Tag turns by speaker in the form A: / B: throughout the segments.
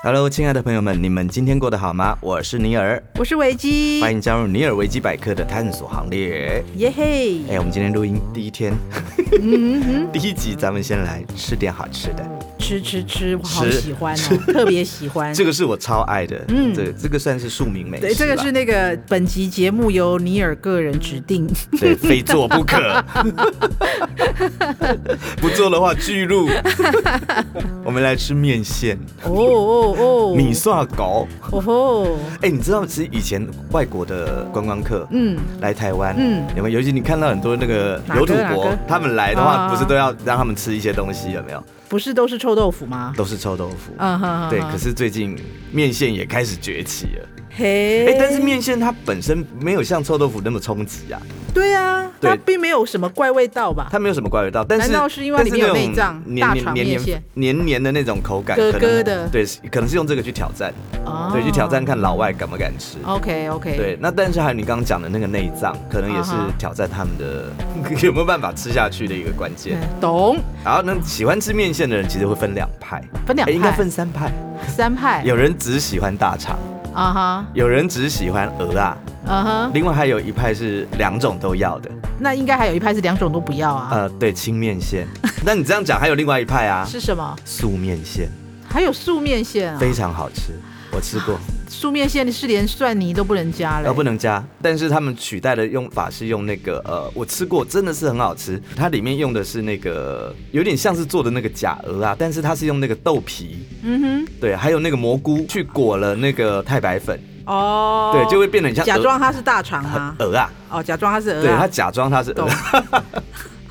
A: Hello，亲爱的朋友们，你们今天过得好吗？我是尼尔，
B: 我是维基，
A: 欢迎加入尼尔维基百科的探索行列。
B: 耶嘿
A: 哎、，我们今天录音第一天，
B: 嗯
A: 第一集，咱们先来吃点好吃的。
B: 吃吃吃，我好
A: 吃
B: 喜欢哦， 特别喜欢。
A: 这个是我超爱的，嗯，
B: 嗯
A: 这这个算是庶民美食吧，
B: 对，这个是那个本集节目由尼尔个人指 定，
A: 对，非做不可， 不做的话巨 鹿。我们来吃面线，
B: 哦哦哦，
A: 米刷糕。
B: 哦吼，
A: 哎、你知道，其实以前外国的观光客，
B: 嗯，
A: 来台湾，嗯
B: 嗯，
A: 有没有？尤其你看到很多那个
B: 哪个
A: 游土
B: 哪
A: 国
B: 个，
A: 他们来的话，
B: 啊
A: 不是都要让他们吃一些东西，有没有？
B: 不是都是臭豆腐吗？
A: 都是臭豆腐。
B: 嗯哼哼，
A: 对，
B: 哼
A: 可是最近面线也开始崛起了。
B: 嘿，
A: 哎、但是面线它本身没有像臭豆腐那么冲击啊，
B: 对啊，
A: 对
B: 它并没有什么怪味道吧？
A: 它没有什么怪味道。但是
B: 难道是因为里面有内脏
A: 但是那种
B: 大肠
A: 黏黏
B: 面线
A: 黏黏黏的那种口感，
B: 咯
A: 可能
B: 咯的
A: 对，可能是用这个去挑战，
B: 哦
A: 对，去挑战。看老外敢不敢吃。
B: OK OK，
A: 对，那但是还有你刚刚讲的那个内脏，可能也是
B: 啊哈
A: 挑战他们的 有没有办法吃下去的一个关键。
B: 嗯懂，
A: 然后呢，喜欢吃面线的人其实会分两派，
B: 分两
A: 诶哎应该
B: 派，哎
A: 分三派。
B: 三派，
A: 有人只喜欢大肠，
B: 啊哈，
A: 有人只喜欢鹅啊，
B: 嗯哼，
A: 另外还有一派是两种都要的。
B: 那应该还有一派是两种都不要啊，
A: 呃，对，清面线。 那你这样讲，还有另外一派啊，
B: 是什么？
A: 素面线
B: 还有素面线啊，
A: 非常好吃，我吃过，
B: 素面线是连蒜泥都不能加
A: 然啊
B: 了，
A: 后不能加，但是他们取代的用法是用那个呃，我吃过，真的是很好吃。它里面用的是那个有点像是做的那个假鹅啊，但是它是用那个豆皮，
B: 嗯
A: 对，还有那个蘑菇去裹了那个太白粉，
B: 哼，哦，
A: 对，就会变得很像
B: 假
A: 鹅
B: 装它是大肠啊，
A: 鹅啊，
B: 哦，假装它是鹅
A: 对，它
B: 啊，
A: 假装它是鹅
B: 懂，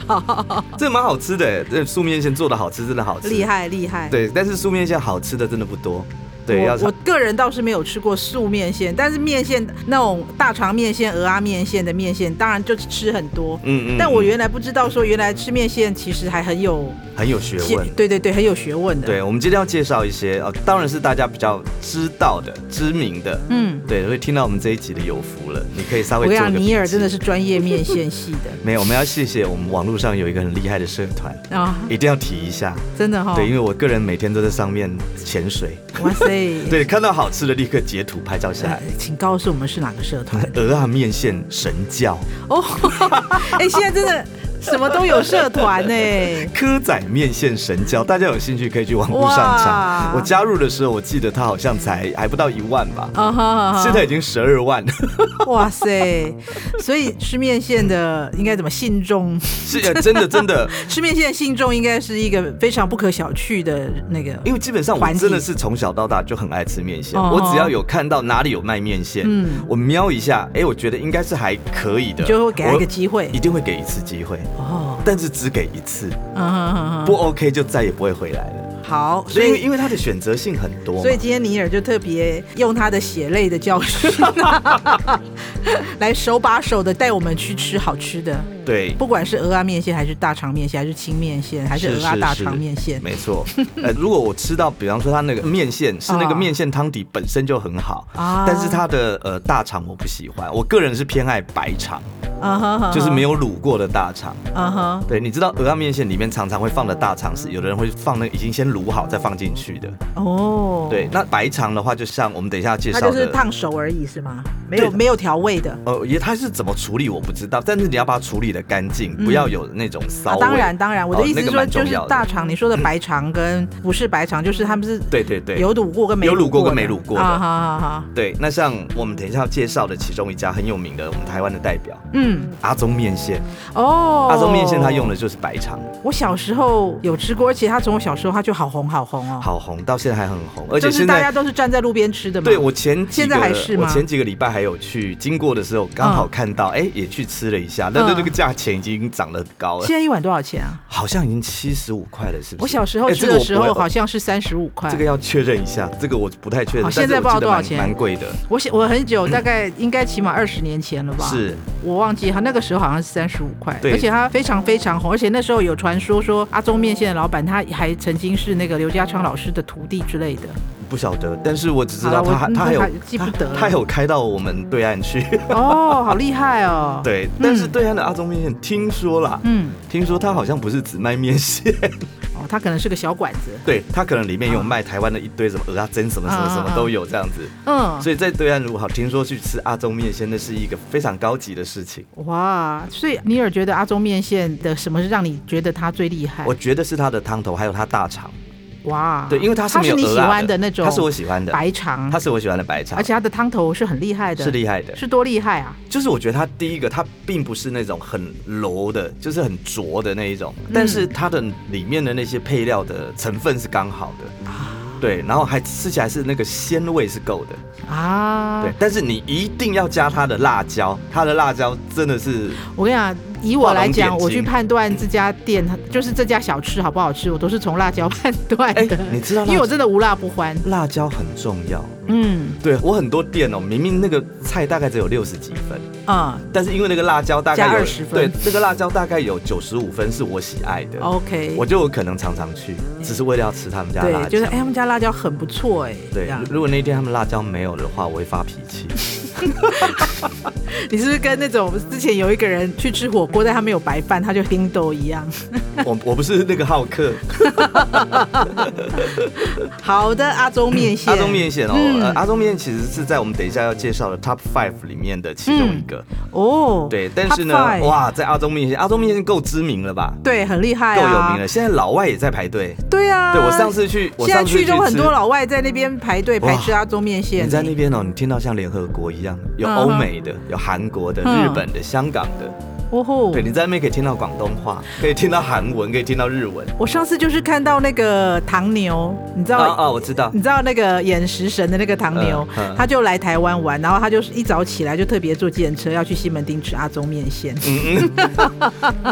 A: 这蛮好吃的，这素面线做的好吃，真的好吃，
B: 厉。害厉害。
A: 对，但是素面线好吃的真的不多，对，要
B: 我我
A: 尝
B: 个人倒是没有吃过素面线，但是面线那种大肠面线、鹅啊面线的面线，当然就吃很多。
A: 嗯嗯
B: 但我
A: 嗯
B: 原来不知道说，原来吃面线其实还很有
A: 很有学问。
B: 对对对，很有学问的。，
A: 对，我们今天要介绍一些哦，当然是大家比较知道的、知名的，
B: 嗯，
A: 对，所以听到我们这一集的有福了，你可以稍
B: 我
A: 微
B: 跟你
A: 做个
B: 讲，
A: 笔
B: 尼尔
A: 记
B: 真的是专业面线系的
A: 没有，我们要谢谢我们网络上有一个很厉害的社团，
B: 啊、
A: 一定要提一下，
B: 真的哈、
A: 对，因为我个人每天都在上面潜水，
B: 哇塞，
A: 对，看到好吃的立刻截图拍照下
B: 呃
A: 来。
B: 请告诉我们是哪个社团
A: 鹅啊面线神教，
B: 哦？ 哎、现在真的什么都有社团呢、
A: 蚵仔面线神教，大家有兴趣可以去网络上查。
B: 哇
A: 我加入的时候，我记得它好像才还不到一万吧，
B: 啊哈啊哈
A: 现在已经十二万，
B: 哇塞！所以吃面线的应该怎么信众？
A: 是呃真的真 的，
B: 吃面线的信众应该是一个非常不可小觑的那个，
A: 因为基本上我
B: 团体
A: 真的是从小到大就很爱吃面线，
B: 哦
A: 我只要有看到哪里有卖面线，
B: 嗯
A: 我瞄一下，哎，我觉得应该是还可以的，
B: 就会给他一个
A: 我
B: 机会
A: 一定会给一次机会，
B: 哦。
A: 但是只给一次，
B: 嗯哼哼
A: 不
B: 哼
A: OK 就再也不会回来了。
B: 好，
A: 所
B: 所
A: 以
B: 以
A: 因为它的选择性很多嘛，
B: 所以今天尼尔就特别用他的血泪的教 训，来手把手的带我们去吃好吃的，
A: 对。
B: 不管是鹅啊面线，还是大肠面线，还是青面线，还是鹅啊大肠面线。
A: 没错。呃，如果我吃到，比方说它那个面线是那个面线汤底本身就很好，
B: 啊
A: 但是它的呃大肠我不喜欢，我个人是偏爱白肠，
B: 嗯哼哼，
A: 就是没
B: 有，
A: 有卤过的大肠。
B: 嗯哼，
A: 对，你知道鹅啊面线里面常常会放的大肠是，有的人会放那个已经先卤好再放进去的。
B: 哦，
A: 对，，那白肠的话，就像我们等一下要介
B: 它
A: 绍
B: 就是
A: 的，
B: 烫熟而已是吗？没
A: 对
B: 有
A: 的
B: 没有调味的。啊
A: 呃，也它是怎么处理我不知道，但是你要把它处理的干净，不要有那种骚
B: 嗯啊，
A: 味。
B: 当然当然，我的
A: 哦
B: 意思
A: 那
B: 是
A: 个
B: 说，
A: 蛮重
B: 就是
A: 要的
B: 大肠，你说的白肠跟不是白肠，就是他们是
A: 对对对，
B: 有卤过跟没
A: 有卤过
B: 过
A: 跟
B: 的
A: 没卤过的
B: 啊，好好好，
A: 对，那像我们等一下要介绍的其中一家很有名的我们台湾的代表
B: 嗯，
A: 阿宗面线，
B: 哦，
A: 阿宗面线它用，的就是白肠，
B: 我小时候有吃过，而且它从我小时候它就好红好红哦，
A: 好红，到现在还很红，而
B: 就
A: 且
B: 是
A: 现
B: 大
A: 在。
B: 家都是站在路边吃的嘛。
A: 对我前几
B: 现
A: 个
B: 在还是
A: 我
B: 吗
A: 前几个礼拜还有去经过的时候，刚好看到，哎、也去吃了一下，但是
B: 嗯
A: 那个价钱已经涨得很高了
B: 现，在一碗多少钱啊？
A: 好像已经七十五块了，是不是？
B: 我小时候
A: 哎
B: 吃的时候
A: 这个我
B: 好像是三十五块
A: 这。个要确认一下，这个我不太确认，
B: 好
A: 但是
B: 现在
A: 我
B: 不知道
A: 记得
B: 多少
A: 蛮
B: 钱
A: 蛮贵的，
B: 我想我很久，大概应该起码二十年前了吧。。
A: 是
B: 我忘记他那个时候好像是三十五块，
A: 对
B: 而且他非常非常红，而且那时候有传说说阿宗面线的老板他还曾经是那个刘家昌老师的徒弟之类 的。
A: 不晓得，但是我只知道它
B: 好了我
A: 还
B: 嗯
A: 它还有
B: 还记不
A: 它
B: 得了
A: 它有开到我们对岸去。
B: 哦，好厉害哦！，
A: 对，但是对岸的阿宗面线，听说啦，
B: 嗯，
A: 听说他好像不是只卖面线，
B: 哦，它可能是个小馆子，
A: 对，它可能里面有卖台湾的一堆什么鹅啊蒸什么什么什么都有这样子。
B: 嗯，
A: 所以在对岸如好，听说去吃阿中面线，那是一个非常高级的事情。
B: 嗯哇，所以尼尔觉得阿中面线的什么是让你觉得它最厉害
A: 我？觉得是它的汤头，还有它大肠，
B: 哇，
A: 对，因为它是
B: 它
A: 没
B: 是
A: 有
B: 你喜
A: 鹅啊
B: 欢的那种，
A: 它是我喜欢的，
B: 白肠
A: 它，是我喜欢的白肠
B: 而，且它的汤头是很厉害的，
A: 是厉害的。
B: 是多厉害啊！
A: 就是我觉得它第一个，它并不是那种很柔的，就是很浊的那一种，
B: 嗯
A: 但是它的里面的那些配料的成分是刚好的，对，然后还吃起来是那个鲜味是够的，
B: 啊，
A: 对，但是你一定要加它的辣椒，它的辣椒真的是
B: 我跟你讲，以我来
A: 画
B: 讲，
A: 龙点睛
B: 我去判断这家店，就是这家小吃好不好吃，我都是从辣椒判断
A: 哎、
B: 的，
A: 你知道
B: 因为
A: 辣
B: 我真的无辣不欢。
A: 辣椒很重要。
B: 嗯
A: 对我很多店哦，明明那个菜大概只有六十几分，
B: 啊、
A: 但是因为那个辣椒大概
B: 加
A: 有
B: 20分
A: 对，那个辣椒大概有九十五分是我喜爱的，
B: o k
A: 我就有可能常常去，只是为了要吃他们家的辣
B: 哦对，
A: 椒。
B: 就是哎，他们家辣椒很不错哎，这
A: 对
B: 样，
A: 如果那一天他们辣椒没有的话，我会发脾 气。
B: 你是不是跟那种之前有一个人去吃火锅，但他没有白饭，他就叮豆一 样？
A: 我我不是那个好客，
B: 好的，阿中面线，
A: 阿中面线哦，
B: 嗯
A: 呃，阿中面其实是在我们等一下要介绍的 top five 里面的其中一个。
B: 哦，
A: 对，但是呢
B: Top，five，
A: 哇，在阿中面线，阿中面线够知名了吧？
B: 对，很厉害、啊，
A: 够有名了，现在老外也在排队。
B: 对啊，
A: 对我上次去，我
B: 现在
A: 上次
B: 去都很
A: 吃
B: 多老外在那边排队排
A: 哇
B: 吃阿中面线，欸
A: 你在那边哦，你听到像联合国一样，有
B: 嗯
A: 欧美的，有韩国的，
B: 嗯
A: 日本的，香港的，
B: 哦吼，
A: 对，你在那边可以听到广东话，可以听到韩文，可以听到日文。
B: 我上次就是看到那个唐牛，你知
A: 啊
B: 道。
A: 啊，我知道
B: 你，知道那个演食神的那个唐牛，
A: 嗯嗯
B: 他就来台湾玩，然后他就是一早起来就特别坐计程车要去西门町吃阿中面线。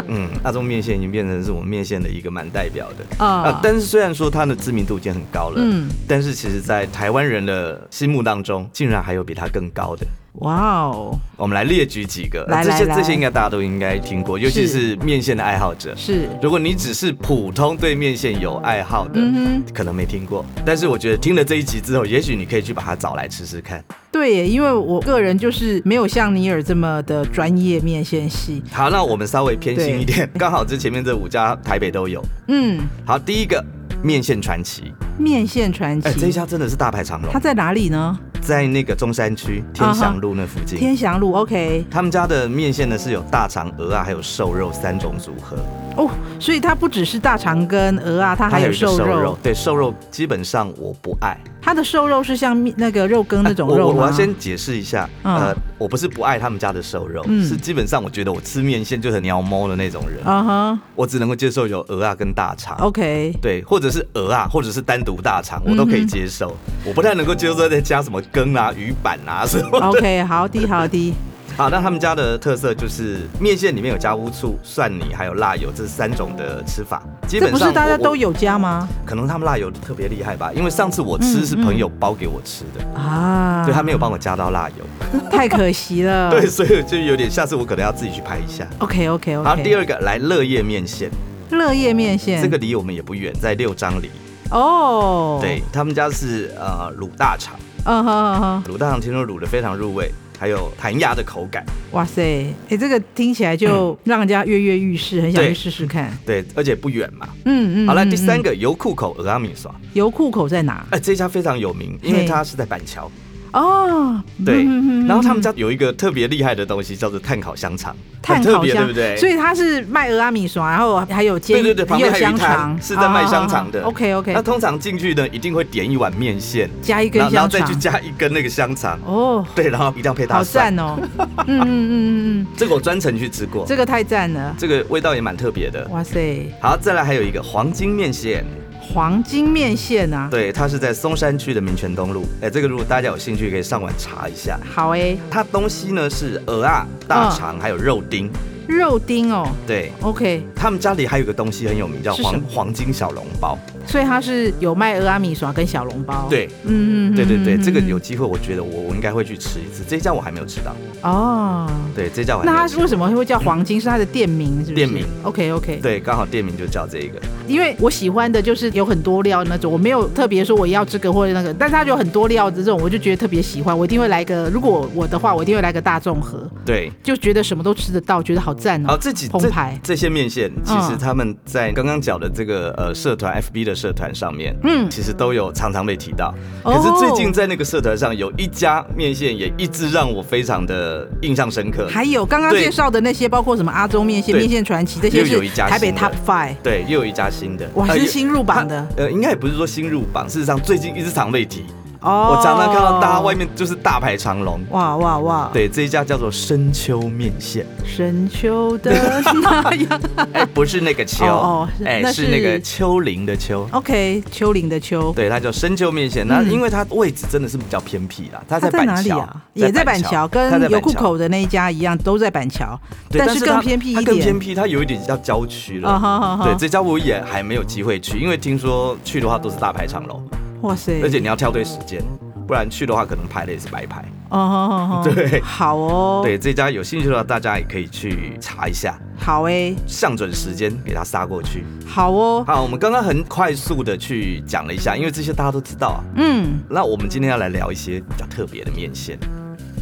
A: 嗯，阿中面线已经变成是我们面线的一个蛮代表的
B: 啊
A: 啊。但是虽然说它的知名度已经很高了，
B: 嗯
A: 嗯，但是其实，在台湾人的心目当中，竟然还有比它更高的。
B: 哇哦，
A: 我们来列举几个，呃
B: 来
A: 这些
B: 来来
A: 这些应该大家都应该听过，尤其
B: 是
A: 是面线的爱好者。
B: 是
A: 如果你只是普通对面线有爱好的，
B: 嗯
A: 可能没听过。但是我觉得听了这一集之后，也许你可以去把它找来吃吃看。
B: 对耶，因为我个人就是没有像尼尔这么的专业面线系。
A: 好，那我们稍微偏心一点，刚好这前面这五家台北都有。
B: 嗯，
A: 好，第一个面线传奇，
B: 面线传奇，
A: 哎、这一家真的是大排长龙
B: 它，啊在哪里呢？
A: 在那个中山区天祥路那附近。
B: 天祥路，OK。
A: 他们家的面线呢是有大肠、鹅啊，还有瘦肉三种组合，
B: 哦，所以它不只是大肠跟鹅啊，它还有
A: 一个
B: 瘦肉。
A: 对，瘦肉基本上我不爱。啊
B: 它的瘦肉是像面那个肉羹那种
A: 我
B: 肉
A: 我
B: 吗？
A: 我要先解释一下，
B: 嗯
A: 呃，我不是不爱他们家的瘦肉，
B: 嗯
A: 是基本上我觉得我吃面线就很鸟猫的那种人，
B: 啊哦哈、
A: 我只能够接受有鹅啊跟大肠。
B: o k
A: 对，或者是鹅啊，或者是单独大肠，
B: 嗯
A: 我都可以接受。我不太能够接受再加什么羹啊、鱼板啊 什么。
B: OK，好的，好的，
A: 好，那他们家的特色就是面线里面有加乌醋、蒜泥还有辣油这三种的吃法。基
B: 这
A: 本
B: 不
A: 上
B: 是大家
A: 我
B: 都，有加吗？
A: 我可能他们辣油特别厉害吧，因为上次我吃是朋友包给我吃的，
B: 嗯啊，
A: 对他没有帮我加到辣油。
B: 太可惜 了。
A: 对，所以就有点，下次我可能要自己去拍一下。
B: ，OK OK
A: 好，
B: OK。
A: 第二个来乐业面线，
B: 乐业面线，
A: 这个离我们也不远，在六张里。
B: 哦，
A: 对，他们家是呃卤大肠，
B: 嗯哼嗯哼，
A: 卤大肠听说卤的非常入味，还有弹牙的口感。
B: 哇塞，哎，这个听起来
A: 嗯
B: 就让人家跃跃欲试，很想去
A: 对
B: 试试看。
A: 对，而且不远嘛。
B: 嗯嗯，
A: 好了，
B: 嗯
A: 第三，
B: 嗯
A: 个油库口俄阿米耍，
B: 油库口在哪？
A: 哎，这家非常有名，因
B: 嘿
A: 为它是在板桥。
B: 哦，
A: 对
B: 嗯嗯嗯，
A: 然后他们家有一个特别厉害的东西，叫做炭烤香肠，
B: 炭
A: 很特
B: 烤
A: 别，
B: 箱，
A: 对不对？
B: 所以它是卖鹅阿米爽，然后还有煎，
A: 对对对，旁
B: 也
A: 边
B: 有
A: 还有
B: 香
A: 一
B: 肠啊
A: 摊，是在卖香肠的。
B: OK
A: 那
B: OK，
A: 通常进去呢，一定会点一碗面线，
B: 加一根
A: 然后然后
B: 香
A: 再
B: 肠
A: 去，加一根那个香肠。
B: 哦，
A: 对，然后一定要配大
B: 好
A: 蒜。
B: 赞哦！嗯嗯嗯嗯嗯，
A: 这个我专程去吃过，
B: 这个太赞了！
A: 这个味道也蛮特别的。
B: 哇塞，
A: 好，再来还有一个黄金面线，
B: 黄金面线啊，
A: 对，它是在松山区的民权东路。哎，这个如果大家有兴趣，可以上网查一下。
B: 好哎，
A: 它东西呢是鹅啊、大肠还有肉丁。
B: 肉丁哦
A: 对，
B: ，OK，
A: 他们家里还有一个东西很有名，叫
B: 是什
A: 黄
B: 么
A: 黄金小笼包。
B: 所以它是有卖俄阿米耍跟小笼包。，
A: 对
B: 嗯
A: 对对对，
B: 嗯
A: 这个有
B: 嗯
A: 机会，我觉得我我应该会去吃一次。这一家我还没有吃到，
B: 哦。
A: 对，这一家我还
B: 那
A: 没有
B: 它
A: 吃
B: 是为什么会叫黄金？是它的店名是不是？
A: 店名。
B: OK OK。
A: 对，刚好店名就叫这一个。
B: 因为我喜欢的就是有很多料那种，我没有特别说我要这个或者那个，但是它就有很多料的这种，我就觉得特别喜欢。我一定会来个，如果我的话，我一定会来个大众盒，
A: 对，
B: 就觉得什么都吃得到，觉得好赞
A: 好，
B: 哦。
A: 这几
B: 澎
A: 这
B: 湃
A: 这些面线，其实
B: 嗯
A: 他们在刚刚讲的这个呃社团 FB 的社团上面，
B: 嗯
A: 其实都有常常被提到。可
B: 哦
A: 是最近在那个社团上有一家面线也一直让我非常的印象深刻，
B: 还有刚刚
A: 对
B: 介绍的那些，包括什么阿中面线、
A: 对
B: 面线传奇，这些
A: 又有一
B: 是
A: 家
B: 台北
A: 新的
B: Top Five，
A: 对，又有一家新的，
B: 哇，
A: 呃
B: 是新入榜的。
A: 呃，应该也不是说新入榜，事实上最近一直常被提，
B: 哦。
A: 我常常看到大家外面就是大排长龙。
B: 哇哇哇，
A: 对，这一家叫做深秋面 线，
B: 深秋的那 样。
A: 哎，不是那个秋
B: 哦哦是，
A: 哎，
B: 那
A: 是那
B: 是
A: 个丘陵的丘。
B: OK，丘陵的丘。
A: 对，它叫深秋面线。那
B: 嗯
A: 因为它位置真的是比较偏僻啦，它
B: 它
A: 在
B: 在
A: 板
B: 哪里
A: 桥，
B: 啊？也在板桥，
A: 它在
B: 跟
A: 板
B: 油库
A: 桥
B: 口的那一家一样，都在板桥，
A: 对
B: 但是
A: 它
B: 更偏僻一
A: 它更偏
B: 点。
A: 僻，它有一点叫郊区
B: 啊
A: 了。
B: 哈哈哈！
A: 对，这家我也还没有机会去，因为听说去的话都是大排长龙，
B: 哇塞！
A: 而且你要挑对时间，不然去的话可能排的也是白排。
B: 哦哦哦，哦
A: 对
B: 好哦，，
A: 对，这家有兴趣的话，大家也可以去查一下，
B: 好哎，
A: 上准时间给它杀过去。
B: 好哦，
A: 好，我们刚刚很快速的去讲了一下，因为这些大家都知道啊。
B: 嗯，
A: 那我们今天要来聊一些比较特别的面线，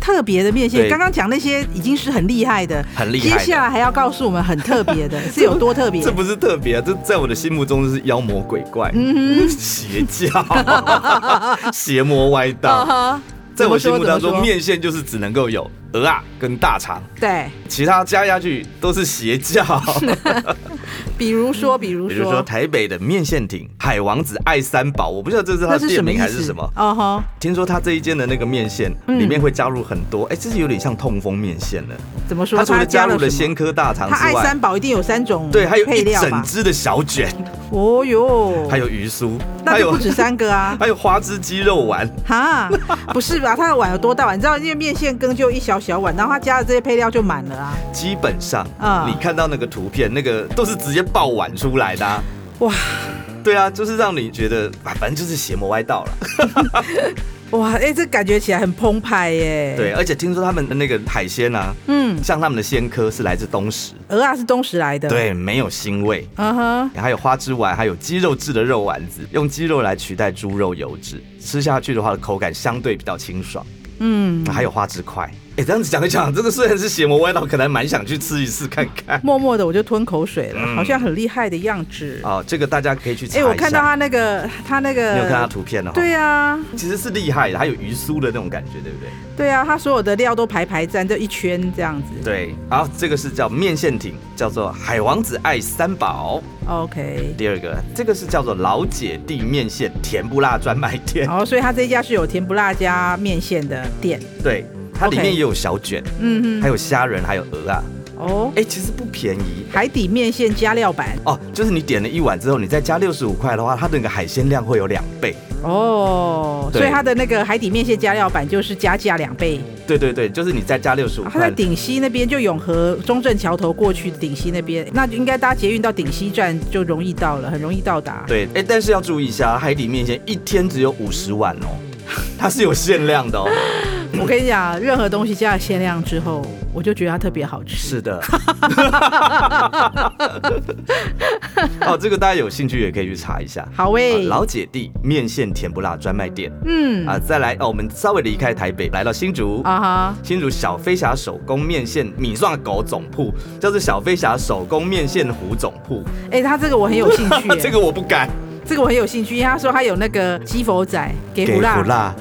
B: 特别的面线，
A: 对
B: 刚刚讲那些已经是很厉害的，
A: 很厉
B: 接
A: 害的。
B: 下来还要告诉我们很特 别的是有多特别
A: 这。 不是特别啊，这在我的心目中就是妖魔鬼怪、
B: 嗯
A: 邪教、啊 邪魔歪
B: 哼，啊
A: 道。
B: 哈，
A: 在我心目当
B: 怎
A: 中，
B: 么说
A: 面线就是只能够有鹅啊跟大肠，
B: 对，
A: 其他加下去都是邪教。
B: 比如说，比如
A: 比如说
B: 说，
A: 台北的面线亭、海王子、爱三宝，我不知道这是它
B: 那
A: 的
B: 是
A: 店
B: 什么意
A: 名
B: 思？
A: 还是什么。
B: 哦哈，
A: 听说它这一间的那个面线
B: 嗯
A: 里面会加入很多，哎，这是有点像痛风面线了。
B: 怎么说？
A: 它除了加入了
B: 什么
A: 鲜科大肠
B: 它爱
A: 之外，
B: 三宝一定有三种
A: 对，还有
B: 配
A: 一
B: 料
A: 整
B: 吧？
A: 只的小卷，
B: 哦哟，
A: 还有鱼酥，
B: 那
A: 还
B: 就
A: 有
B: 不止三个啊！
A: 还有花枝鸡肉丸，
B: 哈，不是吧？它的碗有多大碗？你知道，因为面线羹就一小小碗，然后它加的这些配料就满了啊！
A: 基本上
B: 啊
A: 你看到那个图片，那个都是直接爆碗出来的、啊。
B: 哇
A: 对啊，就是让你觉得啊，反正就是邪魔歪道了。
B: 哇，哎、这感觉起来很澎湃耶！
A: 对，，啊而且听说他们的那个海鲜啊，
B: 嗯，
A: 像他们的鲜科是来自东石，
B: 鹅啊是东石来的，，
A: 对，没有腥味。
B: 嗯哼，
A: 还有花枝丸，还有鸡肉制的肉丸子，用鸡肉来取代猪肉油脂，吃下去的话口感相对比较清爽。
B: 嗯，
A: 还有花枝块，哎、这样子讲一讲，这个虽然是邪魔歪道，可能还蛮想去吃一次看看。
B: 默默的我就吞口水了，
A: 嗯
B: 好像很厉害的样子。
A: 哦，这个大家可以去查
B: 哎、
A: 一下。
B: 我看到他那个，他那个，
A: 你有看他图片了、哦？
B: 对啊，
A: 其实是厉害的，还有鱼酥的那种感觉，对不对？
B: 对啊，他所有的料都排排站，就一圈这样子。
A: 对，好，这个是叫面线艇，叫做海王子爱三宝。
B: ，OK。
A: 第二个，这个是叫做老姐弟面线甜不辣专卖店。
B: 哦，所以他这一家是有甜不辣加面线的店，
A: 对，它里
B: 嗯 OK
A: 面也有小卷，
B: 嗯
A: 还
B: 嗯，
A: 有虾仁，还有鹅啊。
B: 哦，
A: 哎，其实不便宜。
B: 海底面线加料版，
A: 哦，就是你点了一碗之后，你再加六十五块的话，它的那个海鲜量会有两倍。
B: 哦，
A: 对
B: 所以它的那个海底面线加料版就是加价两倍。
A: 对对对，就是你再加六十五
B: 它啊在
A: 块。
B: 顶溪那边，就永和中正桥头过去，顶溪那边，那就应该搭捷运到顶溪站就容易到了，很容易到达。
A: 对，哎，但是要注意一下，海底面线一天只有五十碗 哦，它是有限量的哦。
B: 我跟你讲，任何东西加了限量之后，我就觉得它特别好吃。
A: 是的。 哦，这个大家有兴趣也可以去查一下。
B: 好喂、
A: 啊老姐弟面线甜不辣专卖店
B: 嗯
A: 啊，再来哦，我们稍微离开台北，来到新竹。
B: 啊哈，
A: 新竹小飞侠手工面线米蒜狗总铺，叫做小飞侠手工面线糊总铺。啊
B: 哎、它这个我很有兴 趣、
A: 这个我不敢，
B: 这个我很有兴趣，因为他说他有那个鸡佛仔给胡辣，
A: 辣。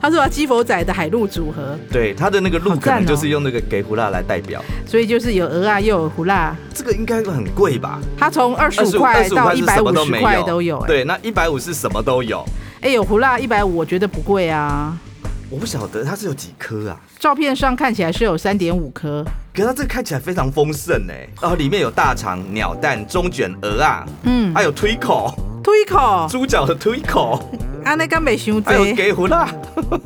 B: 他说他鸡佛仔的海陆组合，
A: 对，它的那个
B: 好
A: 路可
B: 赞
A: 能
B: 哦
A: 就是用那个给胡辣来代表。
B: 所以就是有鹅啊，又有胡辣，
A: 这个应该很贵吧？
B: 他从二十五
A: 25
B: 块
A: 25
B: 到
A: 是
B: 一百
A: 什么
B: 五
A: 都
B: 十
A: 没
B: 块都有、哎。
A: 对，那一百五是什么都有。
B: 哎、有胡辣一百五，我觉得不贵啊。
A: 我不晓得它是有几颗啊，
B: 照片上看起来是有三点五颗，
A: 可是它这个看起来非常丰盛哎、哦，里面有大肠、鸟蛋、中卷鹅啊，
B: 嗯，
A: 还有推口，
B: 吐一口，
A: 猪脚的推 口，
B: 啊，那根本熊
A: 还有
B: 贼
A: 给胡辣。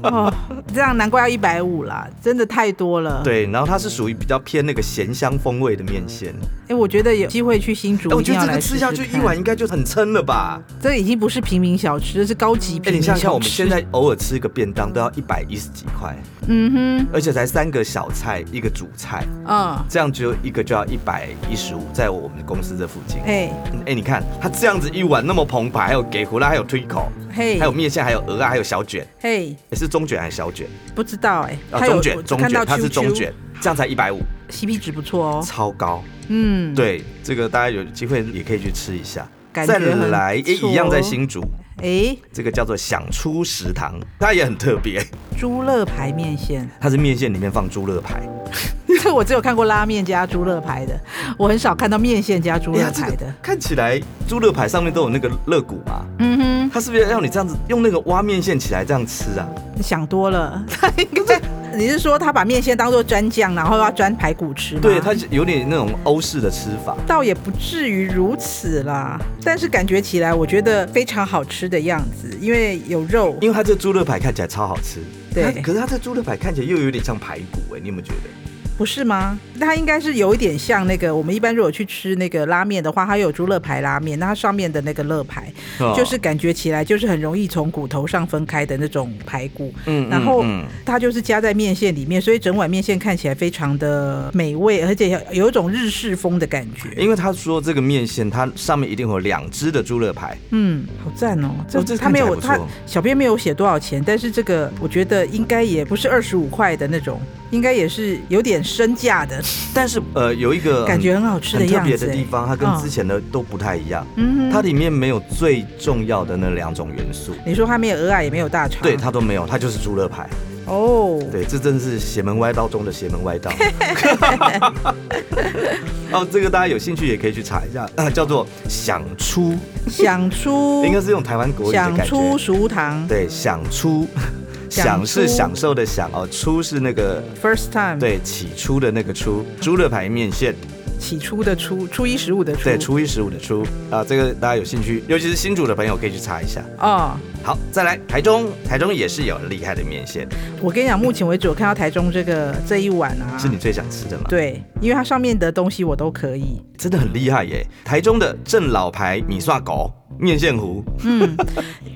B: 哦，这样难怪要一百五啦，真的太多了。，
A: 对，然后它是属于比较偏那个咸香风味的面线，
B: 哎，我觉得有机会去新竹
A: 哎，我
B: 一定
A: 觉
B: 要
A: 得这
B: 来
A: 个
B: 试
A: 吃下去
B: 试
A: 一
B: 看
A: 碗，应该就很撑了吧？
B: 这已经不是平民小吃，这是高级
A: 哎、
B: 平
A: 你
B: 民
A: 想
B: 小
A: 想看，我
B: 吃。
A: 们现在偶尔吃一个便当都要一百一十几块，
B: 嗯
A: 而且才三个小菜一个主菜，
B: 哼，嗯，
A: 这样只有一个就要一百一十五，在我们公司这附近。哎、
B: 嘿，
A: 你看它这样子一碗那么澎湃，还有给胡辣，还有推口，
B: 嘿
A: 还有，面线，还有鹅啊，还有小卷，
B: 嘿，
A: 也、是中卷还是小卷？
B: 不知道哎，
A: 啊，
B: 还有
A: 中
B: 我
A: 卷，中
B: 看到
A: 卷，它是
B: QQ
A: 中卷，这样才一百五，
B: ，CP 值不错哦。
A: 超高。
B: 嗯，，
A: 对，这个大家有机会也可以去吃一下。
B: 感
A: 再
B: 觉很
A: 来，
B: 不
A: 也
B: 错哦
A: 一样在新竹，
B: 哎，
A: 这个叫做想出食堂，它也很特别，
B: 猪肋排面线，
A: 它是面线里面放猪肋排。
B: 这我只有看过拉面加猪肋排的，我很少看到面线加猪
A: 哎
B: 肋
A: 呀，这
B: 排
A: 个
B: 的。
A: 看起来猪肋排上面都有那个肋骨嘛，
B: 嗯
A: 它是不是要你这样子用那个挖面线起来这样吃啊？
B: 哼，想多 了。 你是说他把面线当做蘸酱，然后要蘸排骨吃吗？
A: 对，它是有点那种欧式的吃法。
B: 倒也不至于如此啦，但是感觉起来，我觉得非常好吃的样子，因为有肉。
A: 因为它这猪肋排看起来超好吃，
B: 对
A: 它可是它这猪肋排看起来又有点像排骨哎、你有没有觉得？
B: 不是吗？它应该是有一点像那个，我们一般如果去吃那个拉面的话，它有猪肋排拉面，那它上面的那个肋排，
A: 哦
B: 就是感觉起来就是很容易从骨头上分开的那种排骨，
A: 嗯
B: 然后
A: 嗯
B: 它就是加在面线里面，所以整碗面线看起来非常的美味，而且有有一种日式风的感觉。
A: 因为他说这个面线，它上面一定会有两只的猪肋排，
B: 嗯，好赞哦！这
A: 哦这
B: 他没有
A: 看起来
B: 他
A: 不错
B: 小编没有写多少钱，但是这个我觉得应该也不是二十五块的那种，应该也是有点身价的
A: 但是呃有一个
B: 感觉，很好吃
A: 很特
B: 样
A: 别
B: 子、
A: 的地
B: 哎
A: 方，它跟
B: 嗯
A: 之前的都不太一样，
B: 嗯
A: 它里面没有最重要的那两种元素，
B: 你说它没有鹅啊，也没有大肠，
A: 对它都没有，它就是猪肋排，
B: 哦，
A: 对，这真是邪门歪道中的邪门歪道。 哦，这个大家有兴趣也可以去查一下，啊，叫做想出，
B: 想出
A: 应该是用台湾国语的
B: 想
A: 感
B: 出
A: 觉，
B: 熟糖
A: 对，想出。
B: 想
A: 想
B: 出
A: 是享受的享哦，出是那个
B: ，first time，，
A: 对起初的那个出，猪肋排面线，
B: 起初的初，初一十五的初，
A: 对，初一十五的初啊，这个大家有兴趣，尤其是新竹的朋友可以去查一下。
B: 哦，
A: 好，再来台中，台中也是有很厉害的面线，
B: 我跟你讲，目前为止我看到台中这个这一碗啊，
A: 是你最想吃的吗？，
B: 对，因为它上面的东西我都可以，
A: 真的很厉害耶！台中的正老牌米刷狗面线糊，
B: 嗯，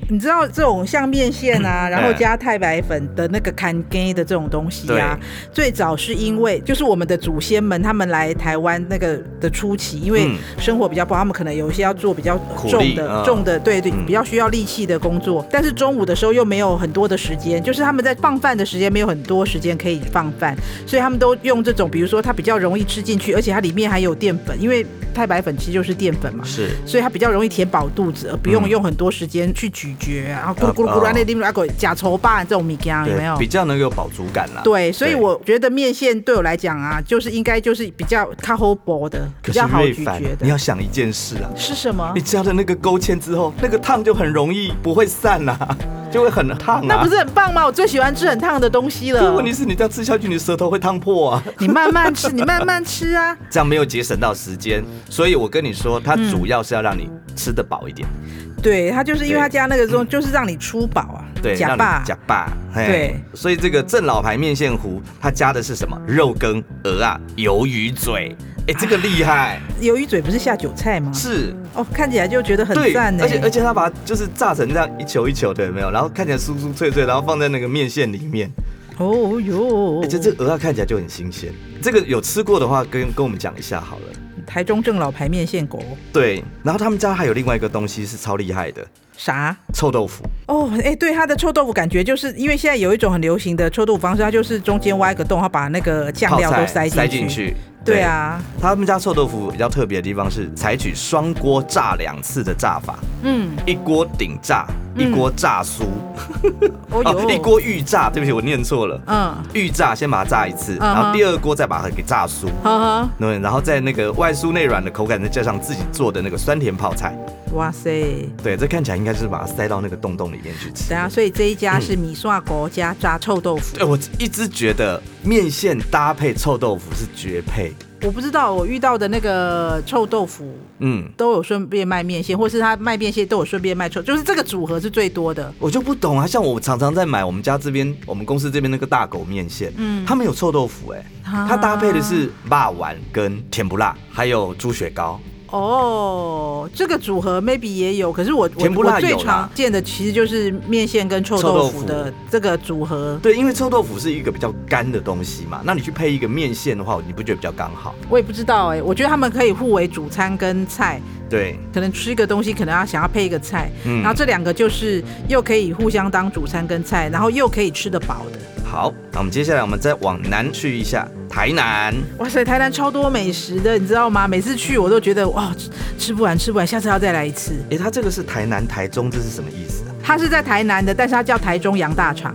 B: 你知道这种像面线啊，然后
A: 嗯
B: 加太白粉的那个砍根的这种东西啊，最早是因为就是我们的祖先们他们来台湾那个的初期，因为
A: 嗯
B: 生活比较不好，他们可能有一些要做比较
A: 苦
B: 重
A: 力
B: 的、
A: 嗯
B: 重的，对对，
A: 嗯
B: 比较需要力气的工作。但是中午的时候又没有很多的时间，就是他们在放饭的时间没有很多时间可以放饭，所以他们都用这种，比如说它比较容易吃进去，而且它里面还有淀粉，因为太白粉其实就是淀粉嘛，
A: 是
B: 所以它比较容易填饱肚子，而不用
A: 嗯
B: 用很多时间去咀嚼，然后咕噜咕噜咕
A: 呃
B: 噜
A: 哦
B: 那里面那个假稠巴这种米羹有没有
A: 比？较能啊有饱足感啦。
B: 对，所以
A: 对
B: 我觉得面线对我来讲啊，就是应该就是比较靠厚薄的，
A: 可是
B: 比较好
A: 瑞
B: 咀
A: 凡
B: 嚼，
A: 你
B: 的。
A: 要想一件事啊，
B: 是什么
A: 你？加了那个勾芡之后，那个烫就很容易不会散啦、 就会很烫啊。
B: 那不是很棒吗？我最喜欢吃很烫的东西
A: 可是
B: 了
A: 问。题是你这样吃下去，你舌头会烫破啊。
B: 你慢慢吃， 你慢慢吃啊。
A: 这样没有节省到时间，所以我跟你说，它主要是要让你吃得饱一点，
B: 对，它就是因为它
A: 对
B: 加那个中，就是让你出饱啊，
A: 对，
B: 假
A: 让
B: 霸
A: 你。假霸，嘿
B: 对，
A: 所以这个正老牌面线糊，它加的是什么？肉羹、鹅啊、鱿鱼嘴，哎，
B: 啊
A: 这个厉害，
B: 鱿鱼嘴不是下酒菜吗？
A: 是，
B: 哦，看起来就觉得很
A: 对，
B: 赞欸呢。
A: 而且而且它把它就是炸成这样一球一球的，有没有？然后看起来酥酥脆脆，然后放在那个面线里面，
B: 哦哟
A: 而，且这鹅啊看起来就很新鲜。这个有吃过的话，跟跟我们讲一下好了。
B: 台中正老牌面线狗
A: 对，然后他们家还有另外一个东西是超厉害的，
B: 啥？
A: 臭豆腐。
B: 哦，哎、对，它的臭豆腐感觉就是因为现在有一种很流行的臭豆腐方式，它就是中间挖一个洞，它把那个酱
A: 泡
B: 料
A: 菜
B: 都塞
A: 塞
B: 进
A: 进
B: 去。
A: 去。
B: 对，啊，
A: 他们家臭豆腐比较特别的地方是采取双锅炸两次的炸法，
B: 嗯，
A: 一锅顶炸，一锅炸酥，
B: 哦
A: 哦
B: 哟，
A: 一，锅预炸。对不起，我念错了，
B: 嗯，
A: 预炸先把它炸一次，
B: 嗯哼
A: 然后第二锅再把它给炸酥。
B: 呵呵，
A: 对，然后在那个外酥内软的口感，再加上自己做的那个酸甜泡菜，
B: 哇塞，
A: 对，这看起来应该就是把它塞到那个洞洞里面去吃
B: 等。下，所以这一家是米刷国家炸臭豆腐，
A: 对，我一直觉得面线搭配臭豆腐是绝配，
B: 我不知道我遇到的那个臭豆腐
A: 嗯，
B: 都有顺便卖面线，或是他卖面线都有顺便卖臭，就是这个组合是最多的。
A: 我就不懂啊，像我常常在买我们家这边，我们公司这边那个大狗面线，
B: 嗯
A: 嗯，它没有臭豆腐、欸，
B: 啊
A: 哎，它搭配的是辣丸跟甜不辣，还有猪血糕，
B: 哦，这个组合 maybe 也有，可是我我
A: 甜不辣
B: 我最
A: 有啦
B: 常见的其实就是面线跟臭
A: 臭
B: 豆
A: 豆
B: 腐
A: 腐
B: 的这个组合。
A: 对，因为臭豆腐是一个比较干的东西嘛，那你去配一个面线的话，你不觉得比较刚好？
B: 我也不知道哎、我觉得他们可以互为主餐跟菜，
A: 对，
B: 可能吃一个东西，可能要想要配一个菜，
A: 嗯
B: 然后这两个就是又可以互相当主餐跟菜，然后又可以吃得饱的。
A: 好，那我们接下来我们再往南去一下，台南。
B: 哇塞，台南超多美食的，你知道吗？每次去我都觉得哇，吃吃不完，吃不完，下次要再来一次。
A: 哎、它这个是台南、台中，这是什么意思啊？
B: 它是在台南的，但是它叫台中羊大肠，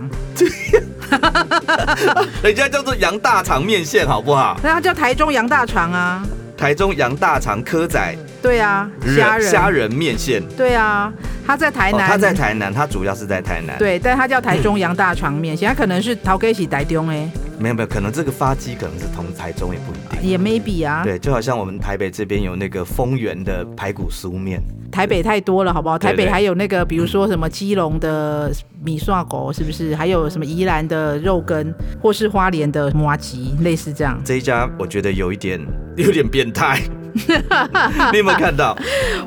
A: 人家叫做羊大肠面线，好不好？
B: 那它叫台中羊大肠啊，
A: 台中羊大肠蚵仔
B: 对啊，
A: 人
B: 虾仁，
A: 虾仁面线。
B: 对啊，它在台
A: 哦，
B: 南，
A: 它在台南，它主要是在台南。，
B: 对，但它叫台中羊大肠面线，它可能是桃给喜台中哎，
A: 没有没有，可能这个发迹可能是同台中也不一定。
B: 也 maybe 啊，
A: 对，就好像我们台北这边有那个丰原的排骨酥面，
B: 台北太多了，好不好？
A: 对
B: 台
A: 对
B: 北还有那个，比如说什么基隆的米蒜狗，是不是？还有什么宜兰的肉羹，或是花莲的麻吉，类似这样。
A: 这一家我觉得有一点 有点变 态。你有没有看到？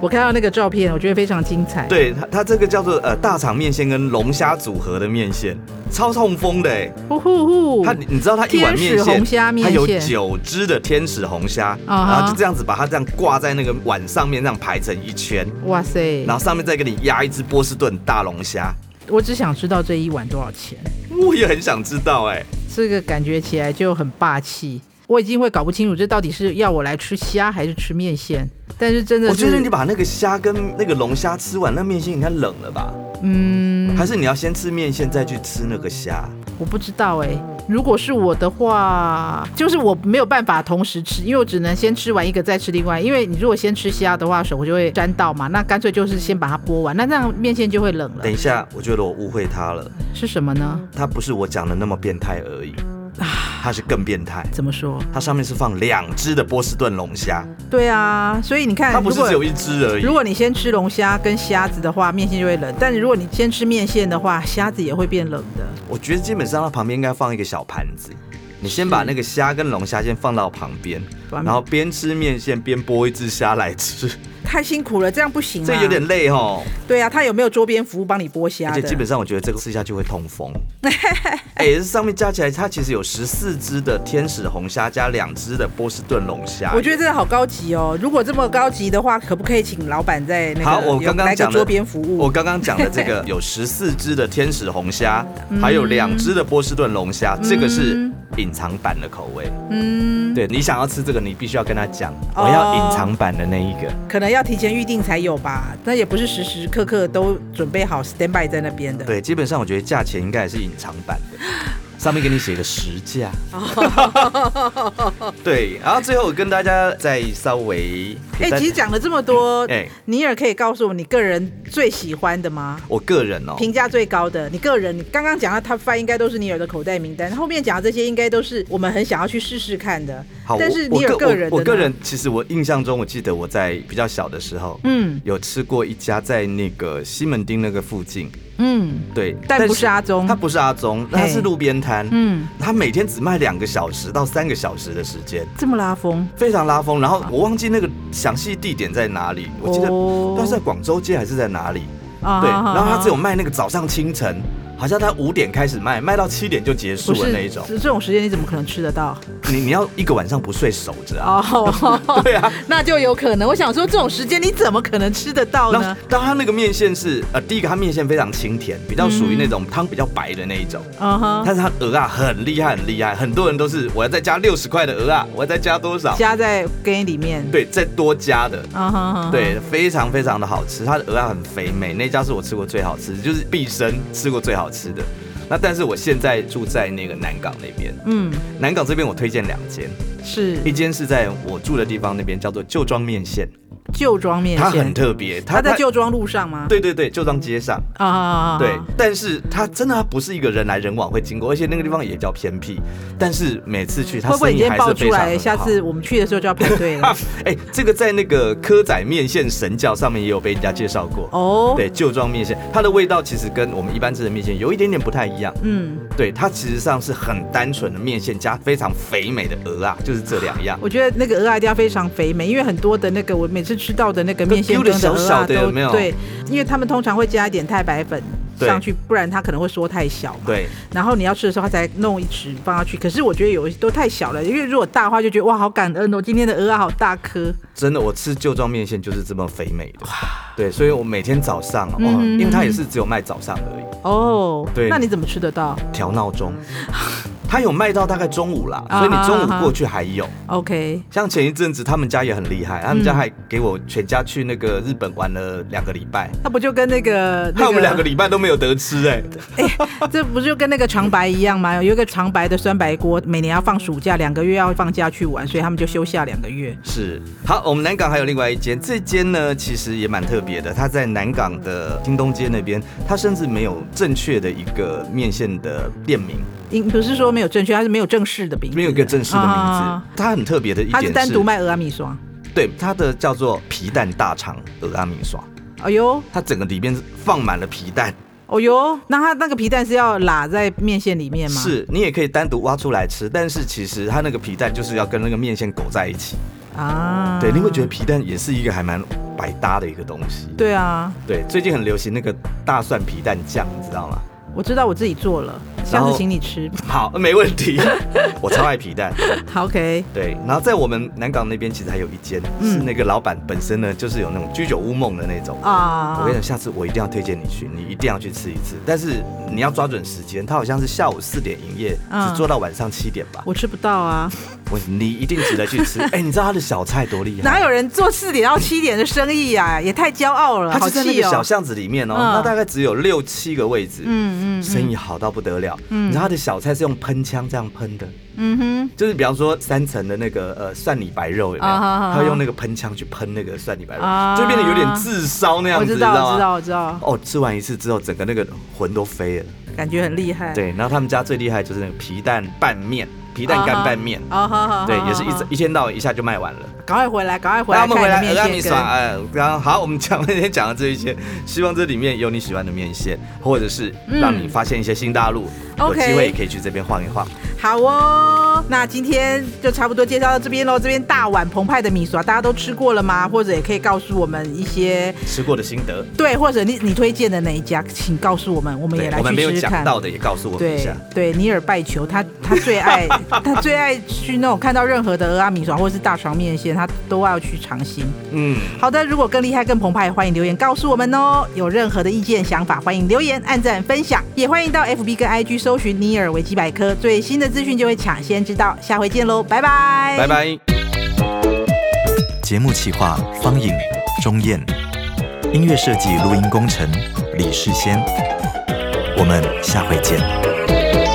B: 我看到那个照片，我觉得非常精彩。
A: 对它，它这个叫做呃大肠面线跟龙虾组合的面线，超痛风的哎、
B: 呼呼呼，
A: 它你你知道它一碗面
B: 哦天使
A: 线，
B: 红虾面
A: 它有
B: 线
A: 九只的天使红虾
B: 啊哈
A: 然后就这样子把它这样挂在那个碗上面，这样排成一圈，
B: 哇塞！
A: 然后上面再给你压一只波士顿大龙虾。
B: 我只想知道这一碗多少钱，
A: 我也很想知道哎、
B: 这个感觉起来就很霸气。我已经会搞不清楚这到底是要我来吃虾还是吃面线，但是真的
A: 我
B: 是，
A: 觉得你把那个虾跟那个龙虾吃完，那面线应该冷了吧？
B: 嗯，
A: 还是你要先吃面线再去吃那个虾？
B: 我不知道哎、如果是我的话，就是我没有办法同时吃，因为我只能先吃完一个再吃另外。因为你如果先吃虾的话，手就会沾到嘛，那干脆就是先把它剥完，那这样面线就会冷了
A: 等。一下，我觉得我误会他了，
B: 是什么呢？
A: 他不是我讲的那么变态而已，他是更变态。
B: 怎么说？
A: 它上面是放两只的波士顿龙虾，
B: 对啊，所以你看，
A: 它不是
B: 如果
A: 只有一只而已
B: 如。果你先吃龙虾跟虾子的话，面线就会冷；但如果你先吃面线的话，虾子也会变冷的。
A: 我觉得基本上它旁边应该放一个小盘子，你先把那个虾跟龙虾先放到旁边，
B: 完美
A: 然后边吃面线边剥一只虾来 吃，
B: 太辛苦了，这样不行、啊。
A: 这有点累哦。
B: 对啊，他有没有桌边服务帮你剥虾
A: 而
B: 的？
A: 且基本上我觉得这个吃下去会痛 风。哎、这上面加起来它其实有十四只的天使红虾加两只的波士顿龙虾。
B: 我觉得这个好高级哦！如果这么高级的话，可不可以请老板在那个
A: 好，我
B: 有
A: 刚
B: 来
A: 刚
B: 个
A: 讲
B: 桌
A: 的
B: 边服务？
A: 我刚刚讲的这
B: 嗯
A: 个有十四只的天使红虾，还有两只的波士顿龙虾，这个是隐藏版的口味。
B: 嗯，
A: 对你想要吃这个，你必须要跟他讲，
B: 哦
A: 我要隐藏版的那一个。
B: 可能要提前预定才有吧，那也不是时时刻刻都准备好 stand by 在那边的。
A: 对，基本上我觉得价钱应该也是隐藏版的，上面给你写个实价。
B: 哦
A: 对，然后最后我跟大家再稍微，
B: 哎、其实讲了这么多，
A: 哎
B: 尼尔可以告诉我你个人最喜欢的吗？
A: 我个人哦，
B: 评价最高的，你个人，你刚刚讲到 Top Five 应该都是尼尔的口袋名单，后面讲的这些应该都是我们很想要去试试看的。
A: 好，
B: 但
A: 我
B: 是
A: 我
B: 尼尔
A: 个
B: 人的
A: 我，我个
B: 呢
A: 人其实我印象中，我记得我在比较小的时候，
B: 嗯
A: 有吃过一家在那个西门町那个附近，
B: 嗯
A: 对，
B: 但不是阿宗
A: 它不是阿宗，它是路边摊，
B: 嗯，
A: 它每天只卖两个小时到三个小时的时间，
B: 这么拉风，
A: 非常拉风。然后我忘记那个详细地点在哪里，我记得
B: 哦
A: 不知道是在广州街还是在哪里，
B: 啊
A: 对。然后它只有卖那个早上清晨，好像它五点开始卖，卖到七点就结束
B: 不
A: 了
B: 是
A: 那一种。
B: 这这种时间你怎么可能吃得到？
A: 你你要一个晚上不睡守着啊，
B: 哦，
A: 对啊。
B: 那就有可能。我想说，这种时间你怎么可能吃得到
A: 那
B: 呢？
A: 当它那个面线是呃，第一个它面线非常清甜，比较属于那种汤比较白的那一种。
B: 嗯哼，
A: 但是它鹅啊很厉害，很厉害，很多人都是我要再加六十块的鹅啊，我要再加多少？
B: 加在给里面。
A: 对，再多加的，
B: 嗯哼哼，
A: 对，非常非常的好吃。它的鹅啊很肥美，那家是我吃过最好吃，就是毕生吃过最好吃的。那但是我现在住在那个南港那边，
B: 嗯，
A: 南港这边我推荐两间，
B: 是
A: 一间是在我住的地方那边叫做旧庄面线，
B: 旧庄面
A: 它很
B: 线，
A: 特别，
B: 它
A: 它
B: 在
A: 它
B: 旧庄路上吗？
A: 对对对，旧庄街上。
B: 啊啊啊，啊
A: 对，但是它真的它不是一个人来人往会经过，而且那个地方也比较偏僻。但是每次去，它
B: 会不会
A: 生
B: 你
A: 意
B: 今天
A: 还
B: 爆
A: 是非
B: 出
A: 常
B: 来，
A: 很
B: 下
A: 好
B: 次我们去的时候就要排队 了
A: 啊？，哎、这个在那个蚵仔面线神教上面也有被人家介绍过。
B: 哦，
A: 对，旧庄面线，它的味道其实跟我们一般吃的面线有一点点不太一样。
B: 嗯，
A: 对，它其实上是很单纯的面线加非常肥美的鹅啊，就是这两样。
B: 我觉得那个鹅啊一定要非常肥美，因为很多的那个我每次吃到的那个面线
A: 都
B: 羹
A: 丢得
B: 的鹅
A: 小
B: 啊
A: 小的
B: 都
A: 有没有
B: 对，因为他们通常会加一点太白粉
A: 对
B: 上去，不然它可能会缩太小嘛。
A: 对，
B: 然后你要吃的时候，他才弄一匙放下去。可是我觉得有一些都太小了，因为如果大的话，就觉得哇，好感恩哦，今天的鹅啊好大颗。
A: 真的，我吃旧庄面线就是这么肥美的。对，所以我每天早上哦，因
B: 嗯
A: 为它也是只有卖早上而已，
B: 哦，
A: 对
B: 那你怎么吃得到
A: 调闹钟。它有卖到大概中午啦，
B: 啊
A: 所以你中
B: 啊啊
A: 午过去还有。
B: ？OK，
A: 像前一阵子他们家也很厉害，他们
B: 嗯
A: 家还给我全家去那个日本玩了两个礼拜，
B: 那不就跟那个那
A: 害我们两个礼拜都没有得吃哎、
B: 这不就跟那个长白一样吗？有一个长白的酸白锅，每年要放暑假两个月要放假去玩，所以他们就休假两个月。
A: 是，好，我们南港还有另外一间，这间呢其实也蛮特别的，它在南港的京东街那边，它甚至没有正确的一个面线的店名，
B: 应不是说没有正确，它是没有正式的名字，
A: 没有一个正式的名字。
B: 啊
A: 它很特别的一
B: 它
A: 点是，
B: 是单独卖鹅阿米霜。
A: 对它的叫做皮蛋大肠鹅阿米刷，
B: 哎呦，
A: 它整个里面放满了皮蛋，
B: 哦呦，那它那个皮蛋是要拉在面线里面吗？，
A: 是你也可以单独挖出来吃，但是其实它那个皮蛋就是要跟那个面线裹在一起。
B: 啊，
A: 对，你会觉得皮蛋也是一个还蛮百搭的一个东西。
B: 对啊，
A: 对，最近很流行那个大蒜皮蛋酱，你知道吗？
B: 我知道我自己做了，
A: 然
B: 下
A: 后
B: 次请你吃。
A: 好，没问题，我超爱皮蛋。
B: 好 OK，
A: 对，然后在我们南港那边其实还有一间，是那个老板本身呢就是有那种居酒屋梦的那种。我
B: 嗯啊
A: 跟你，讲，下次我一定要推荐你去，你一定要去吃一次。但是你要抓准时间，它好像是下午四点营业，
B: 嗯
A: 只做到晚上七点吧。
B: 我吃不到啊，
A: 我你一定值得去 吃。哎，你知道它的小菜多厉害？
B: 哪有人做四点到七点的生意啊？也太骄傲了，
A: 它
B: 好
A: 就在那个
B: 气
A: 小
B: 哦。
A: 巷子里面哦，
B: 嗯
A: 那大概只有六七个位置，
B: 嗯嗯
A: 生意好到不得了。你知道它的小菜是用喷枪这样喷的，
B: 嗯
A: 就是比方说三层的那个呃蒜泥白肉有没有？
B: 啊哈哈哈
A: 它用那个喷枪去喷那个蒜泥白肉，
B: 啊
A: 就变得有点自烧那
B: 哼，
A: 样
B: 我
A: 子，
B: 知道，我
A: 你
B: 知
A: 知道吗？
B: 道，我知道，
A: 哦，吃完一次之后，整个那个魂都飞了。
B: 感觉很厉害。
A: 对，然后他们家最厉害就是那个皮蛋拌面，皮蛋干拌面，
B: 啊哈哈，
A: 对，
B: 好
A: 也是一
B: 好
A: 整一天到晚一下就卖完了。
B: 赶快回来，赶快回
A: 那
B: 来，
A: 我们回来，
B: 看你
A: 鹅
B: 的
A: 阿
B: 面
A: 米
B: 线
A: 爽，
B: 羹。
A: 哎，刚刚好，我们讲今天讲的这一些， 希望这里面有你喜欢的面线，或者是让你发现一些新大陆，有
B: 嗯 OK
A: 机会也可以去这边晃一晃。
B: 好哦，那今天就差不多介绍到这边喽。这边大碗澎湃的米啊刷，大家都吃过了吗？或者也可以告诉我们一些
A: 吃过的心得，
B: 对，或者你你推荐的哪一家，请告诉我们，我们也
A: 对，
B: 来
A: 我们没有
B: 去试试
A: 讲
B: 看。
A: 到的也告诉我们一
B: 对
A: 下。
B: 对，尼尔拜球，他他 最爱他最爱去那种看到任何的鹅阿米爽或者是大肠面线，他都要去尝新。
A: 嗯，
B: 好的，如果更厉害、更澎湃，欢迎留言告诉我们哦。有任何的意见、想法，欢迎留言、按赞、分享，也欢迎到 FB 跟 IG 搜寻尼尔维基百科，最新的资讯就会抢先知道。下回见喽，拜拜，
A: 拜。拜。
C: 节目企划方颖、钟燕，音乐设计、录音工程李世先。我们下回见。